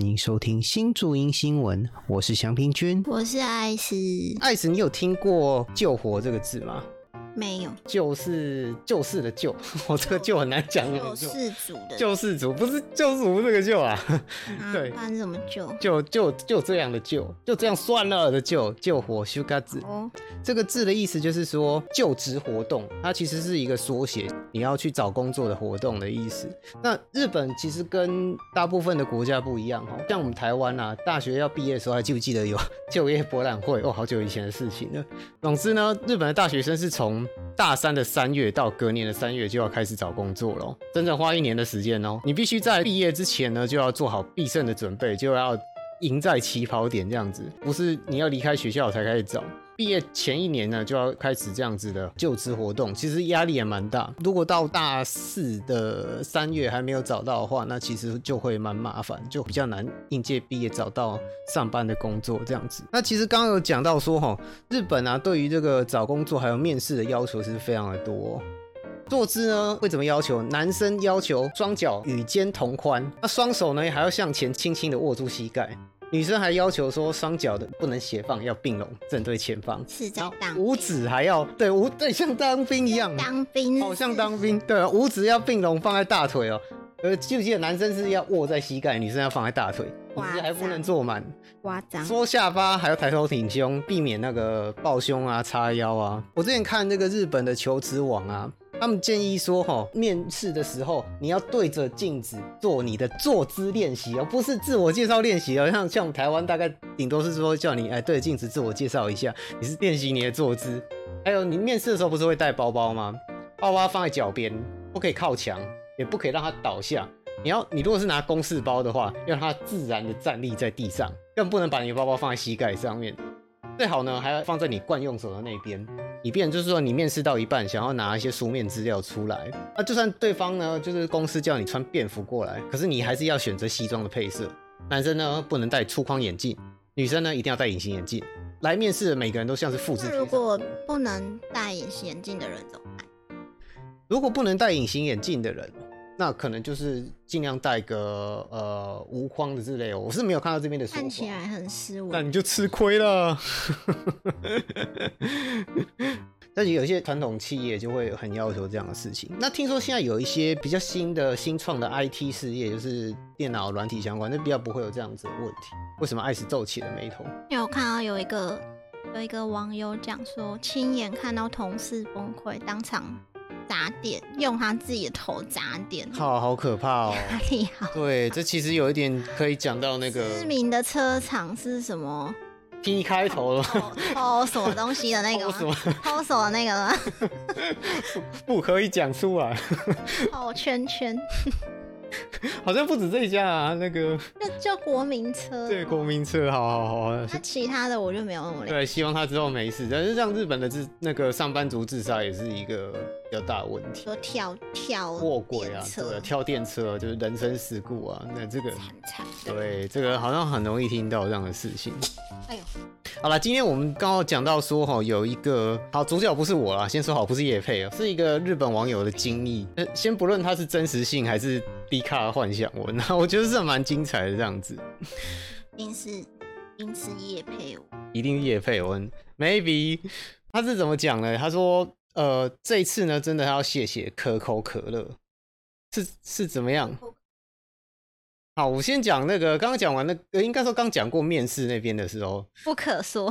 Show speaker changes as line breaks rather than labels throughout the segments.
迎收听新注音新闻，我是祥平君。
我是艾斯，
艾斯，你有听过“救火”这个字吗？
没有
救是救世的救， 我这个救很难讲。
救世主的
救世主不是救赎这个救啊，
啊
对
不然是怎么救？
就就就这样的救，就这样算了的救，救火 s u g a 字
哦，
这个字的意思就是说就职活动，它其实是一个缩写，你要去找工作的活动的意思。那日本其实跟大部分的国家不一样哦，像我们台湾啊，大学要毕业的时候还记不记得有就业博览会？哦，好久以前的事情了。总之呢，日本的大学生是从大三的三月到隔年的三月就要开始找工作了哦，整整花一年的时间哦。你必须在毕业之前呢，就要做好必胜的准备，就要赢在起跑点这样子，不是你要离开学校才开始找。毕业前一年呢，就要开始这样子的就职活动，其实压力也蛮大。如果到大四的三月还没有找到的话，那其实就会蛮麻烦，就比较难应届毕业找到上班的工作这样子。那其实刚刚有讲到说，哈，日本啊，对于这个找工作还有面试的要求是非常的多哦、坐姿呢会怎么要求？男生要求双脚与肩同宽，那双手呢还要向前轻轻的握住膝盖。女生还要求说双脚的不能斜放，要并拢正对前方。
是在
然后
当
五指还要对五对像当兵一样，
当兵，
好像当兵对啊，五指要并拢放在大腿哦。呃，记不记得男生是要握在膝盖，女生要放在大腿，五
哇
指还不
塞
能坐满。
夸张，
缩下巴，还要抬头挺胸，避免那个抱胸啊、叉腰啊。我之前看那个日本的求职网啊，他们建议说，哈，面试的时候你要对着镜子做你的坐姿练习，而不是自我介绍练习哦。像像我们台湾大概顶多是说叫你哎对着镜子自我介绍一下，你是练习你的坐姿。还有你面试的时候不是会带包包吗？包包放在脚边，不可以靠墙，也不可以让它倒下。你要你如果是拿公事包的话，要让它自然的站立在地上，更不能把你的包包放在膝盖上面。最好呢，还要放在你惯用手的那边，以便就是说你面试到一半，想要拿一些书面资料出来，那就算对方呢，就是公司叫你穿便服过来，可是你还是要选择西装的配色。男生呢不能戴粗框眼镜，女生呢一定要戴隐形眼镜。来面试的每个人都像是复制
那
贴上。
如果不能戴隐形眼镜的人怎么办？
如果不能戴隐形眼镜的人，那可能就是尽量戴个呃无框的之类哦。我是没有看到这边的说
看起
法，
来很斯
那
文，
你就吃亏了。 但有一些传统企业就会很要求这样的事情。那听说现在有一些比较新的新创的 IT 事业，就是电脑软体相关，那比较不会有这样子的问题。为什么艾斯皱起了眉头？
因为我看到有一个有一个网友讲说，亲眼看到同事崩溃，当场砸店，用他自己的头砸店，
好好可 怕哦！
压力好。
对，这其实有一点可以讲到那个
知名的车厂是什 么？
P 开头的
偷偷什么东西的那个
偷什
吗？偷手的那个吗？
不可以讲出来，
偷哦圈圈，
好像不止这一家啊，那个
就就国民车。
对国民车，好好好啊，
那其他的我就没有那么了解。
对，希望他之后没事。但是像日本的自那个上班族自杀也是一个比较大的问题，
说跳跳
卧轨啊
电，车
对啊，跳电车就是人身事故啊，那这个。
惨惨的。
对，这个好像很容易听到这样的事情。
哎呦，
好了，今天我们刚好讲到说哈，有一个好主角不是我啦，先说好不是叶佩哦，是一个日本网友的经历。呃先不论它是真实性还是低卡的幻想文，那我 觉得是蛮精彩的这样子。
一定是一定是叶佩我
一定是叶佩文，maybe 他是怎么讲呢？他说，呃，这一次呢，真的要谢谢可口可乐，是是怎么样？好，我先讲那个，刚刚讲完那个，呃应该说刚讲过面试那边的时候，
不可说，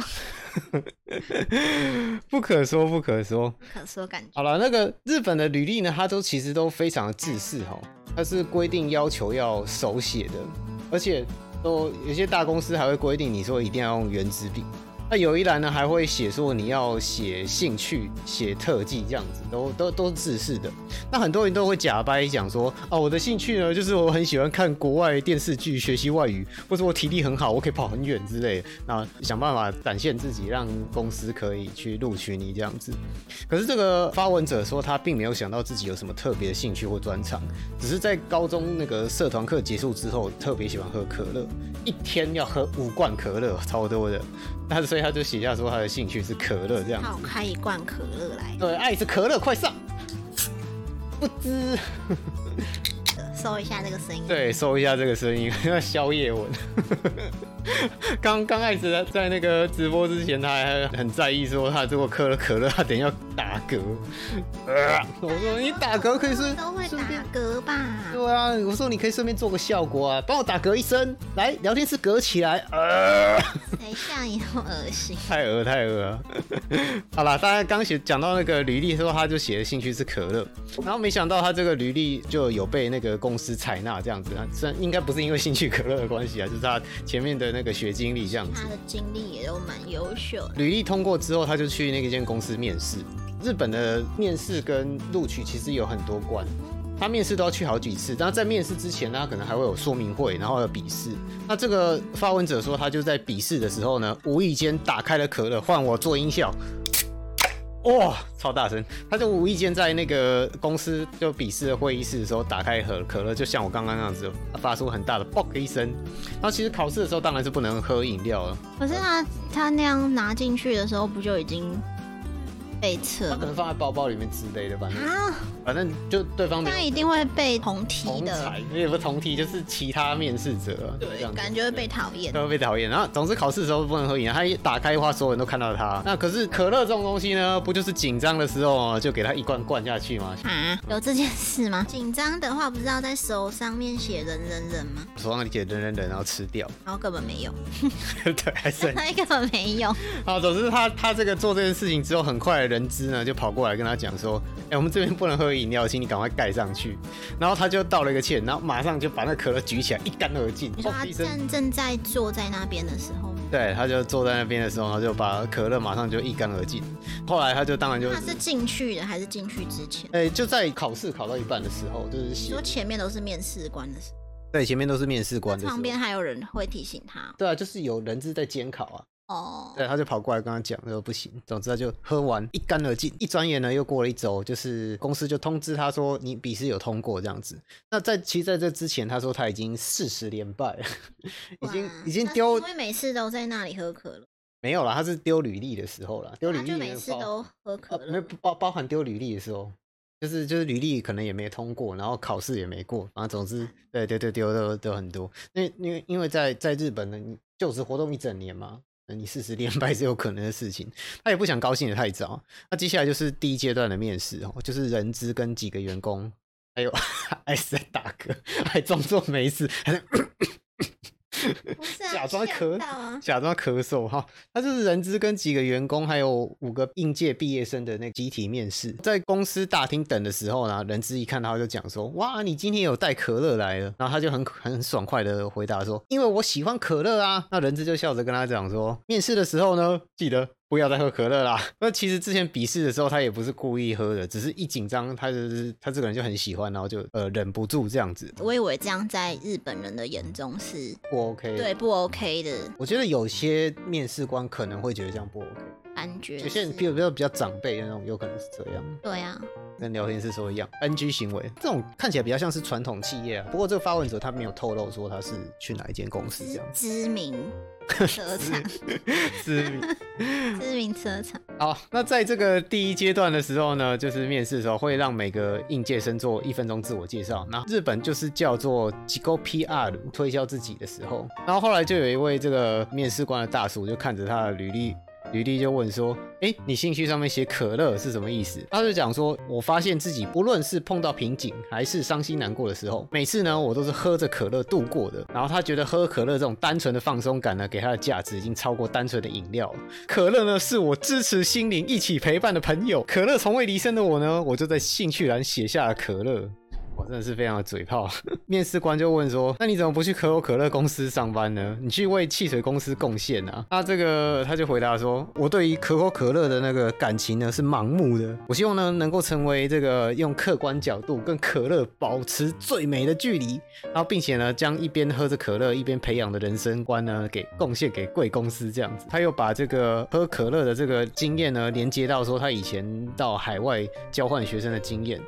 不可说不可说。
不可说感觉。
好了，那个日本的履历呢，它都其实都非常的自式哈，它是规定要求要手写的，而且都有些大公司还会规定你说一定要用圆珠笔。那有一栏呢还会写说你要写兴趣、写特技这样子，都都都是自式的。那很多人都会假掰讲说，哦，我的兴趣呢就是我很喜欢看国外电视剧，学习外语，或者我体力很好，我可以跑很远之类的。那想办法展现自己，让公司可以去录取你这样子。可是这个发文者说，他并没有想到自己有什么特别的兴趣或专长，只是在高中那个社团课结束之后，特别喜欢喝可乐，一天要喝五罐可乐，超多的。那所以他就写下说他的兴趣是可乐这样子
那我开一罐可乐来，
对，爱是可乐，快上！不知
可搜一下这个声音。
对，搜一下这个声音， 宵夜文。刚刚开始在在那个直播之前，他还很在意说他如果喝了可乐，他等一下打嗝。呃 我说你打嗝可以是
都会打
顺便
嗝吧？
对啊，我说你可以顺便做个效果啊，帮我打嗝一声，来聊天室嗝起来，呃，
谁像你那么恶心？
太恶太恶了。 好啦，大家刚写讲到那个履历的时候，他就写的兴趣是可乐，然后没想到他这个履历就有被那个公司采纳这样子，啊虽然应该不是因为兴趣可乐的关系啊，就是他前面的那个学经历这样子
他。的经历也都蛮优秀的。
履历通过之后，他就去那间公司面试。日本的面试跟录取其实有很多关，他面试都要去好几次。然后在面试之前呢，他可能还会有说明会，然后有笔试。那这个发文者说，他就在笔试的时候呢，无意间打开了可乐，换我做音效。哇、超大声！他就无意间在那个公司就笔试的会议室的时候打开可可乐，就像我刚刚那样子，发出很大的“嘣”一声。然后其实考试的时候当然是不能喝饮料了，
可是他他那样拿进去的时候，不就已经被测
他可
了
能放在包包里面之类的，反正
啊？
反正就对方没
那
有
一定会被同梯
同
的，
才，也不是同梯，就是其他面试者啊，就这
对
样，子
感觉会被讨厌。
都会被讨厌。然后总之考试的时候不能喝饮料，他一打开的话，所有人都看到他。那可是可乐这种东西呢，不就是紧张的时候啊就给他一罐灌下去吗？
啊，有这件事吗？ 紧张的话，不是要在手上面写人人人吗？
手上写人人人，然后吃掉，
然后根本没有，
对，还是很
那根本没有。
好。总之他他这个做这件事情之后，很快的人资呢就跑过来跟他讲说，哎、我们这边不能喝饮料，请你赶快盖上去。然后他就道了一个歉，然后马上就把那可乐举起来一干哦而尽，
你说
嘣
他
一声
正正在坐在那边的时候，
对，他就坐在那边的时候，他就把可乐马上就一干而尽。后来他就当然就
他，是进去的还是进去之前？
哎、就在考试考到一半的时候，就是
你
写
说前面都是面试官的时候，
对前面都是面试官的时候
旁边还有人会提醒他
对啊，就是有人质在监考啊，
哦。
对，他就跑过来跟他讲，说不行。总之他就喝完一干而尽。一转眼呢，又过了一周，就是公司就通知他说你笔试有通过这样子。那在其实在这之前，他说他已经四十连败了，已经
哇
已经
那是
丢
因为每次都在那里喝可乐，
没有了，他是丢履历的时候了，丢履
他
历
就
的
每次
包
都喝
呃
可，
没
乐
有。包包含丢履历的时候，就是就是履历可能也没通过，然后考试也没过，然后总
啊
之对对对丢都都很多。因为因为因为在在日本呢，你就职活动一整年嘛，呃你四十连败是有可能的事情。他也不想高兴的太早。那接下来就是第一阶段的面试哦，就是人资跟几个员工，还有 还是在打嗝，还装作没事，还在
不是啊，
假装
吓
咳
到啊，
假装咳嗽哈，他就是人资跟几个员工，还有五个应届毕业生的那个集体面试，在公司大厅等的时候呢，人资一看到他就讲说：“哇，你今天有带可乐来了。”然后他就很很爽快的回答说：“因为我喜欢可乐啊。”那人资就笑着跟他讲说：“面试的时候呢，记得不要再喝可乐啦。”那其实之前笔试的时候，他也不是故意喝的，只是一紧张，他就是他这个人就很喜欢，然后就呃忍不住这样子，
我以为这样在日本人的眼中是
不 OK。
对，不 OK 的
我觉得有些面试官可能会觉得这样不 OK。
感觉
有些人
是
比较比较长辈的那种，有可能是这样，
对啊，
跟聊天室说一样，NG 行为，这种看起来比较像是传统企业啊。不过这个发问者他没有透露说他是去哪一间公司这
知。
样
知名 车厂，
是。
知名车厂，
好，那在这个第一阶段的时候呢，就是面试的时候会让每个应届生做一分钟自我介绍。那日本就是叫做机构 PR 推销自己的时候，然后后来就有一位这个面试官的大叔就看着他的履历。履历就问说：“哎，你兴趣上面写可乐是什么意思？”他就讲说：“我发现自己不论是碰到瓶颈还是伤心难过的时候，每次呢我都是喝着可乐度过的。然后他觉得喝可乐这种单纯的放松感呢，给他的价值已经超过单纯的饮料了。可乐呢，是我支持心灵一起陪伴的朋友。可乐从未离身的我呢，我就在兴趣栏写下了可乐。我真的是非常的嘴炮。 面试官就问说：“那你怎么不去可口可乐公司上班呢？你去为汽水公司贡献啊？”他这个他就回答说：“我对于可口可乐的那个感情呢是盲目的，我希望呢能够成为这个用客观角度跟可乐保持最美的距离，然后并且呢，将一边喝着可乐一边培养的人生观呢，给贡献给贵公司这样子。他又把这个喝可乐的这个经验呢，连接到说他以前到海外交换学生的经验。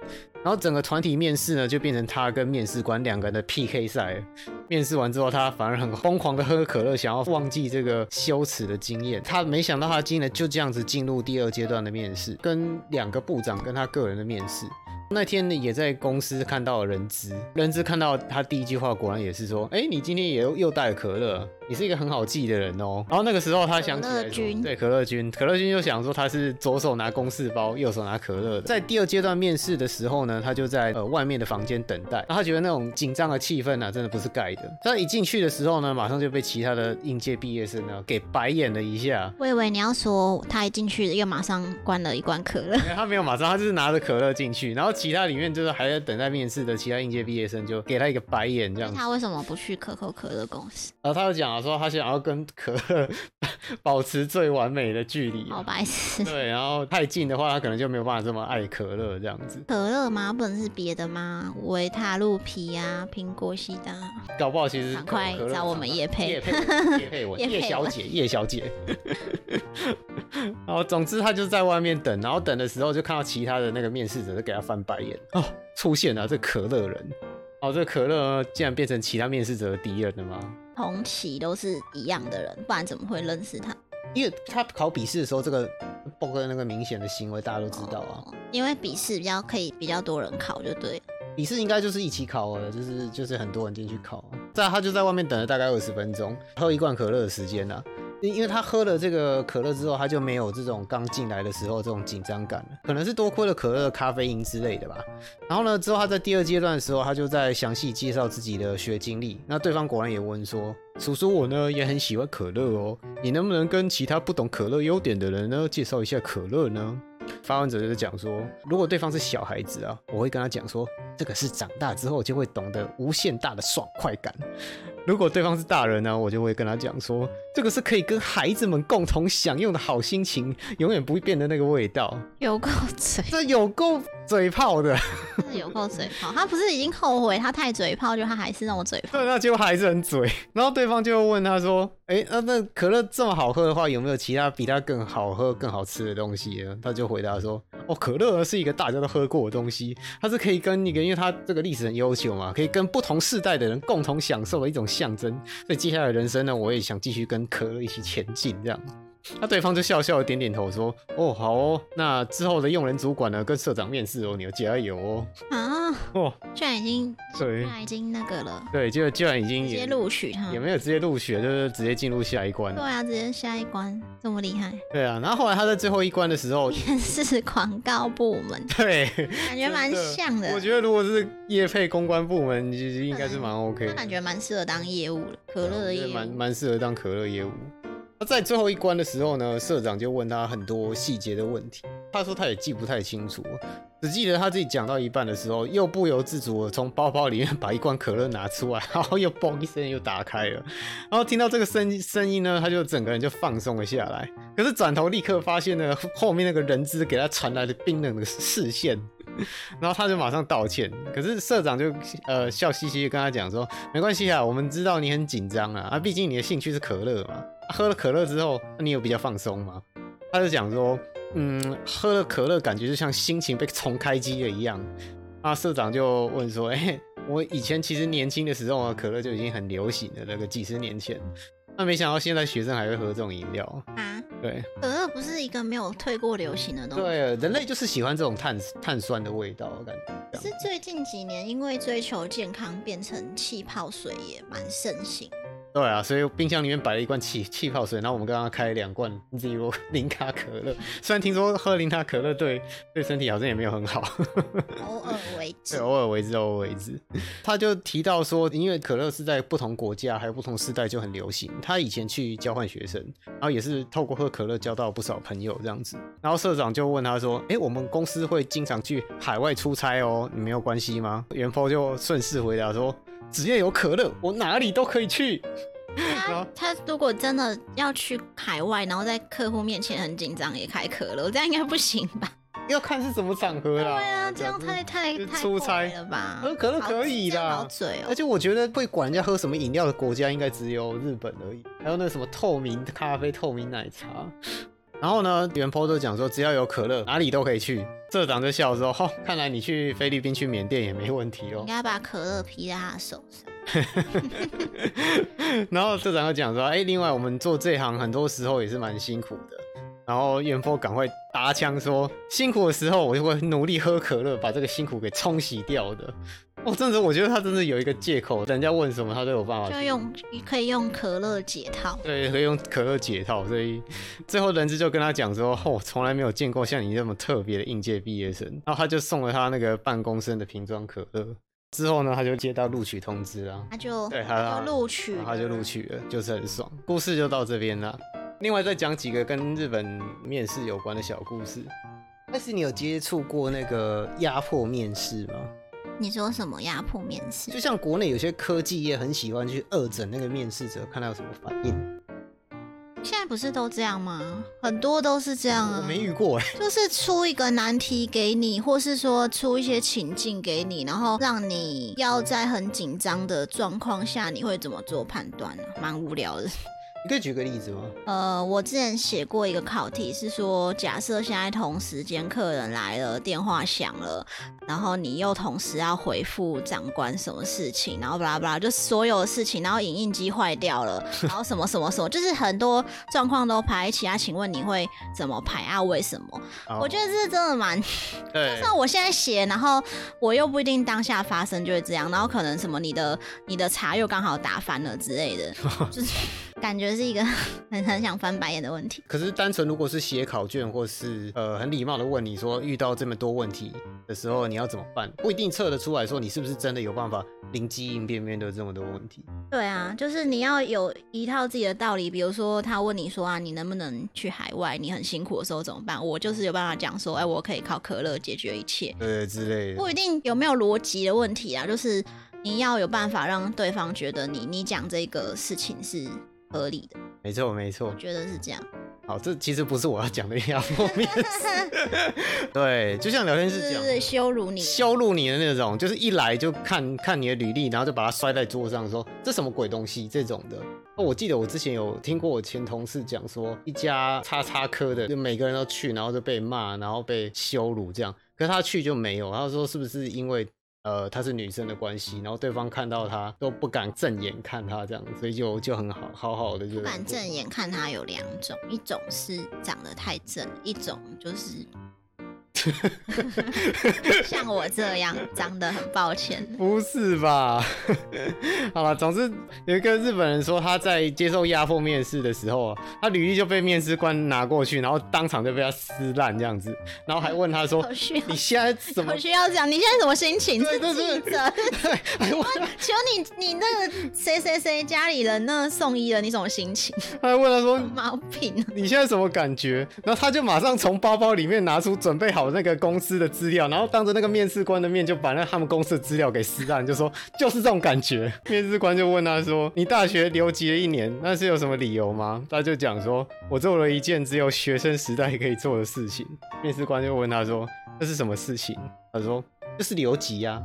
然后整个团体面试呢，就变成他跟面试官两个人的 PK 赛了。面试完之后，他反而很疯狂的喝可乐，想要忘记这个羞耻的经验。他没想到他竟然就这样子进入第二阶段的面试，跟两个部长跟他个人的面试。那天呢也在公司看到了人资，人资看到他第一句话果然也是说：“哎、你今天也又又带了可乐，你是一个很好记的人哦。”然后那个时候他想起来
可乐
说
君
对可乐君，可乐君就想说他是左手拿公事包，右手拿可乐的。在第二阶段面试的时候呢，他就在呃外面的房间等待，然后他觉得那种紧张的气氛啊，真的不是盖的。他一进去的时候呢，马上就被其他的应届毕业生呢给白眼了一下。
我以为你要说他一进去又马上关了一罐可乐，
没有他没有马上，他就是拿着可乐进去，然后其他里面就是还在等待面试的其他应届毕业生就给他一个白眼这样子，
他为什么不去可口可乐公司？
然后他就讲了说他想要跟可乐保持最完美的距离，
好白 痴！
对，然后太近的话他可能就没有办法这么爱可乐这样子，
可乐吗？不能是别的吗？维他露皮啊，苹果西的啊，
搞不好其实
赶快
可乐
找我们叶佩
叶佩叶佩文
叶佩
叶
文
小姐叶小姐， 然后总之他就在外面等，然后等的时候就看到其他的那个面试者在给他翻白眼哦，出现了这可乐人。哦，这可乐竟然变成其他面试者的敌人了吗？
同期都是一样的人，不然怎么会认识他？
因为他考笔试的时候，这个 b 哥那个明显的行为大家都知道啊。
哦，因为笔试比较可以比较多人考，就对了。
笔试应该就是一起考了，就是就是很多人进去考、啊。在他就在外面等了大概二十分钟，喝一罐可乐的时间啊。因因为他喝了这个可乐之后，他就没有这种刚进来的时候这种紧张感了，可能是多亏了可乐的咖啡因之类的吧。然后呢，之后他在第二阶段的时候，他就在详细介绍自己的学经历。那对方果然也问说：“叔叔，我呢也很喜欢可乐哦，你能不能跟其他不懂可乐优点的人呢介绍一下可乐呢？”发问者就是讲说，如果对方是小孩子啊，我会跟他讲说，这个是长大之后就会懂得无限大的爽快感。如果对方是大人呢、我就会跟他讲说，这个是可以跟孩子们共同享用的好心情，永远不会变的那个味道。
有够嘴，
这有够嘴炮的，
真的有够嘴炮。他不是已经后悔他太嘴炮，就他还是那种嘴炮。
对， 那结果还是很嘴。 然后对方就会问他说，哎，那那可乐这么好喝的话，有没有其他比它更好喝、更好吃的东西呢？他就回答说，哦，可乐是一个大家都喝过的东西，它是可以跟那个，因为它这个历史很悠久嘛，可以跟不同世代的人共同享受的一种象征。所以接下来的人生呢，我也想继续跟可乐一起前进，这样。 那对方就笑笑的点点头说：“哦，好哦，那之后的用人主管呢，跟社长面试哦，你要加油哦。
啊，”
哦，嗯
居然已经居
对
然已经那个了，
对，就居然已经
直接
也
录取他
也。没有直接录取，就是直接进入下一关
嗯对。啊，直接下一关这么厉害，
对啊，然后后来他在最后一关的时候，
电视广告部门
对，
感觉蛮像的
我，觉得如果是业配公关部门，其实应该是蛮 OK
他
的。
感觉蛮适合当业务的，可乐的
对啊
业
蛮
务。
蛮适合当可乐业务。那在最后一关的时候呢，社长就问他很多细节的问题，他说他也记不太清楚，只记得他自己讲到一半的时候，又不由自主的从包包里面 把一罐可乐拿出来，然后又嘣一声又打开了，然后听到这个声声音呢，他就整个人就放松了下来，可是转头立刻发现呢，后面那个人质给他传来的冰冷的视线。 然后他就马上道歉，可是社长就呃笑嘻嘻地跟他讲说，没关系啊，我们知道你很紧张啊，啊，毕竟你的兴趣是可乐嘛，啊喝了可乐之后，啊你有比较放松吗？他就讲说，嗯，喝了可乐感觉就像心情被重开机了一样。啊，社长就问说，哎、 我以前其实年轻的时候啊，可乐就已经很流行了，那个几十年前，那没想到现在学生还会喝这种饮料，
啊，
对。
可乐不是一个没有退过流行的东西。
对，人类就是喜欢这种碳碳酸的味道，我感觉。
可是最近几年，因为追求健康，变成气泡水也蛮盛行。
对啊，所以冰箱里面摆了一罐气气泡水，然后我们刚刚开了两罐 Zero 零卡可乐。虽然听说喝零卡可乐对对身体好像也没有很好，
偶尔为
对，
之。
偶尔为之，偶尔为之。他就提到说，因为可乐是在不同国家还有不同世代就很流行。他以前去交换学生，然后也是透过喝可乐交到不少朋友这样子。然后社长就问他说：“哎，我们公司会经常去海外出差哦，你没有关系吗？”元坡就顺势回答说：“只要有可乐，我哪里都可以去。”然
他
后
他如果真的要去海外，然后在客户面前很紧张，也开可乐，这样应该不行吧？
要看是什么场合
对
啦。
啊，这样
就是
太太
就是
太
出差呃
过了吧？
喝可乐
好
可以
这样好
啦。
嘴
而
哦，
且我觉得会管人家喝什么饮料的国家，应该只有日本而已。还有那什么透明咖啡、透明奶茶。然后呢，原 p 就讲说，只要有可乐，哪里都可以去。社长就笑说：“ 哦，看来你去菲律宾、去缅甸也没问题哦
应。该把可乐披在他的手上。”
然后社长就讲说：“哎，另外我们做这行很多时候也是蛮辛苦的。然后元波赶快搭腔说：“辛苦的时候，我就会努力喝可乐，把这个辛苦给冲洗掉的。”哦，真的，我觉得他真的有一个借口，人家问什么他都有办法去
就用可以用可乐解套。
对，可以用可乐解套，所以最后人资就跟他讲说，哦，从来没有见过像你这么特别的应届毕业生。然后他就送了他那个办公室的瓶装可乐。之后呢，他就接到录取通知啊啦，
他就
对他
就录取
然
了，
后他就录取了，就是很爽。故事就到这边啦。另外再讲几个跟日本面试有关的小故事。但是你有接触过那个压迫面试吗？
你说什么压迫面试
就？像国内有些科技业很喜欢去恶整那个面试者，看他有什么反应。
现在不是都这样吗？很多都是这样
我
啊，
没遇过哎、
就是出一个难题给你，或是说出一些情境给你，然后让你要在很紧张的状况下，你会怎么做判断呢、蛮无聊的。
你可以举个例子吗？
呃，我之前写过一个考题，是说假设现在同时间客人来了，电话响了，然后你又同时要回复长官什么事情，然后巴拉巴拉，就所有的事情，然后影印机坏掉了，然后什么什么什么，就是很多状况都排一起啊。请问你会怎么排啊？为什么？
哦
我觉得这真的蛮
得对
那我现在写，然后我又不一定当下发生就会这样，然后可能什么你的你的茶又刚好打翻了之类 的，就是感觉是一个 很很想翻白眼的问题。
可是单纯如果是写考卷，或是呃很礼貌的问你说遇到这么多问题的时候你要怎么办，不一定测得出来说你是不是真的有办法灵机应变面对这么多问题。
对啊，就是你要有一套自己的道理，比如说他问你说啊，你能不能去海外？你很辛苦的时候怎么办？我就是有办法讲说，哎，我可以靠可乐解决一切，
呃之类
嗯不
的。
一定有没有逻辑的问题啊，就是你要有办法让对方觉得你你讲这个事情是合理的，
没错没错
我，觉得是这 样。
好，这其实不是我要讲的压迫面试。 对，就像聊天室
是
讲
不。是羞辱你？
羞辱你的那种，就是一来就看看你的履历，然后就把它摔在桌上说这什么鬼东西这种的。哦我记得我之前有听过我前同事讲说，一家叉叉科的，就每个人都去，然后就被骂，然后被羞辱这样。可是他去就没有，他说是不是因为呃她是女生的关系，然后对方看到她都不敢正眼看她这样，所以就就很好好好的就
不敢正眼看他有两种，一种是长得太正，一种就是 像我这样长得很抱歉。
不是吧？ 好了，总之有一个日本人说他在接受压迫面试的时候啊，他履历就被面试官拿过去，然后当场就被他撕烂这样子，然后还问他说
好需要：“
你现在怎么
我？”需要讲，你现在什么心情？
对
是
对对
记者？
还问
请问你，你那个谁谁谁家里人那送医了，你什么心情？
还问他说：“
毛病啊！
你现在什么感觉？然后他就马上从包包里面拿出准备好那个公司的资料，然后当着那个面试官的面就把那他们公司的资料给撕烂，就说就是这种感觉。面试官就问他说：“你大学留级了一年，那是有什么理由吗？” 他就讲说：“我做了一件只有学生时代可以做的事情。”面试官就问他说：“这是什么事情？”他说：“就是留级啊呀、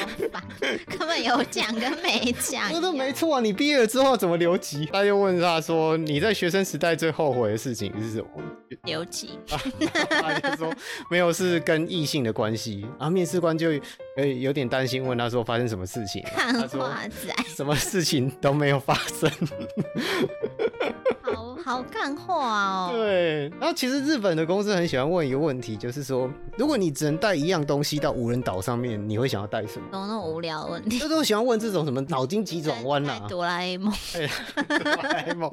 好烦，根本有讲跟没讲
那
一样。
都没错啊！你毕业了之后怎么留级？”他就问他说：“你在学生时代最后悔的事情是什么？”
留级，
啊 他就说没有，是跟异性的关系。然后面试官就呃有点担心，问他说发生啊什么事情？他
看
说
话仔，
什么事情都没有发生。
好好干话哦。
对，然后其实日本的公司很喜欢问一个问题，就是说，如果你只能带一样东西到无人岛上面，你会想要带什么？
有那种无聊的问题。
这都喜欢问这种什么脑筋急转弯啊啦
爱、哎哆啦 A 梦，
哆啦 A 梦，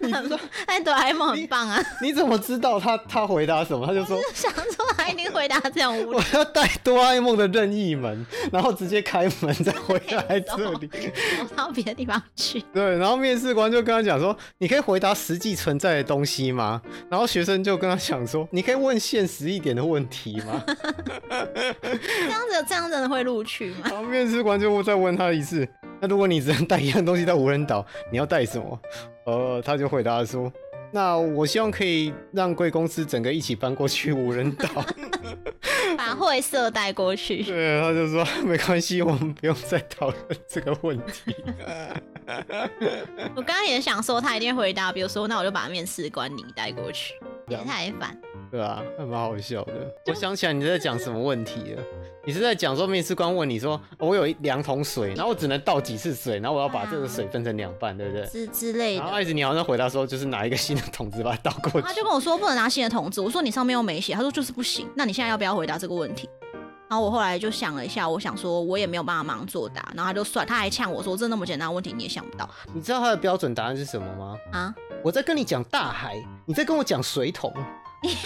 你知 道
爱哎哆啦 A 梦很棒啊！
你哦怎么知道他他回答什么？他就 说
想说他一定回答这种无
我
聊，
要带哆啦 A 梦的任意门，然后直接开门再回来这里。
走到别的地方去。
对，然后面试官就跟他讲说，你可以回答实际存在的东西吗？然后学生就跟他讲说，你可以问现实一点的问题吗？
这样子，这样真的会录取 吗？
然后面试官就再问他一次，那如果你只能带一样东西到无人岛，你要带什么？呃，他就回答说，那我希望可以让贵公司整个一起搬过去无人岛。
把会社带过去，
对，他就说没关系，我们不用再讨论这个问题。
我刚刚也想说他一定会回答，比如说那我就把面试官你带过去，
这
也
样
太烦。
对啊，还蛮好笑的。我想起来你在讲什么问题了？你是在讲说面试官问你说，哦我有一两桶水，然后我只能倒几次水，然后我要把这个水分成两半，对不对？
之之类
然后
的。
艾子，你好像回答说，就是拿一个新的桶子把它倒过去
啊他。就跟我说不能拿新的筒子，我说你上面又没写，他说就是不行。那你现在要不要回答这个问题？然后我后来就想了一下，我想说我也没有办法马上作答，然后他就算，他还呛我说这那么简单的问题你也想不到
你知道它的标准答案是什么吗？
啊？
我在跟你讲大海，你在跟我讲水 桶，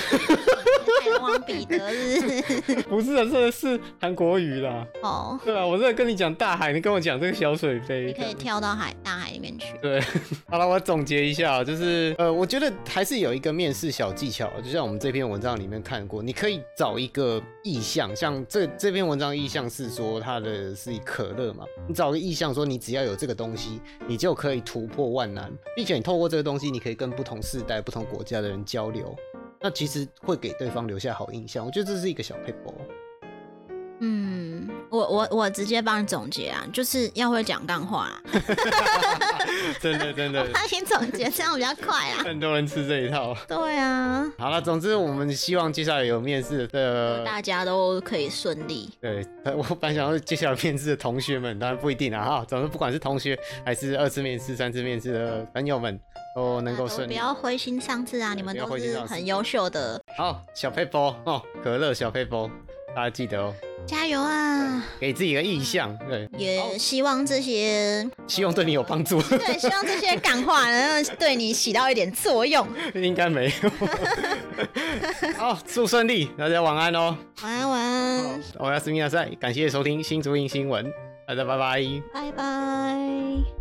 太汪彼得是不
不
是
是啊，这个是韩国语啦。
哦，
对啊，我在跟你讲大海，你跟我讲这个小水
你
杯。
可以跳到海大海里面去。
对，好了，我总结一下，就是呃，我觉得还是有一个面试小技巧，就像我们这篇文章里面看过，你可以找一个意向，像这这篇文章意向是说它的是可乐嘛，你找个意向说你只要有这个东西，你就可以突破万难，并且你透过这个东西，你可以跟不同世代、不同国家的人交流，那其实会给对方留下好印象。我觉得这是一个小 paper。
嗯，我我我直接帮你总结啊，就是要会讲干话啊啦，
真的真的，
帮 你总结这样比较快啊啦。
很多人吃这一套。
对啊，
好了，总之我们希望接下来有面试的
大家都可以顺利。
对，呃 我本来想要接下来面试的同学们，当然不一定啊哈。总之，不管是同学还是二次面试、三次面试的朋友们，都能够
啊都
顺
不
利。
要灰心丧志啊！
对
你们
不要
都
灰心
是
丧志
很优秀的，
好，小佩波哦，可乐小佩波，大家记得哦，
加油啊！
给自己一个意向，对，哦
也希望这些，
希望对你有帮助。
对，希望这些感化能够对你起到一点作用。
应该没有。 好，祝顺利，大家晚安哦。
晚安，晚安，
我要斯密亚赛，感谢收听新竹印新闻，大家拜拜。
拜拜。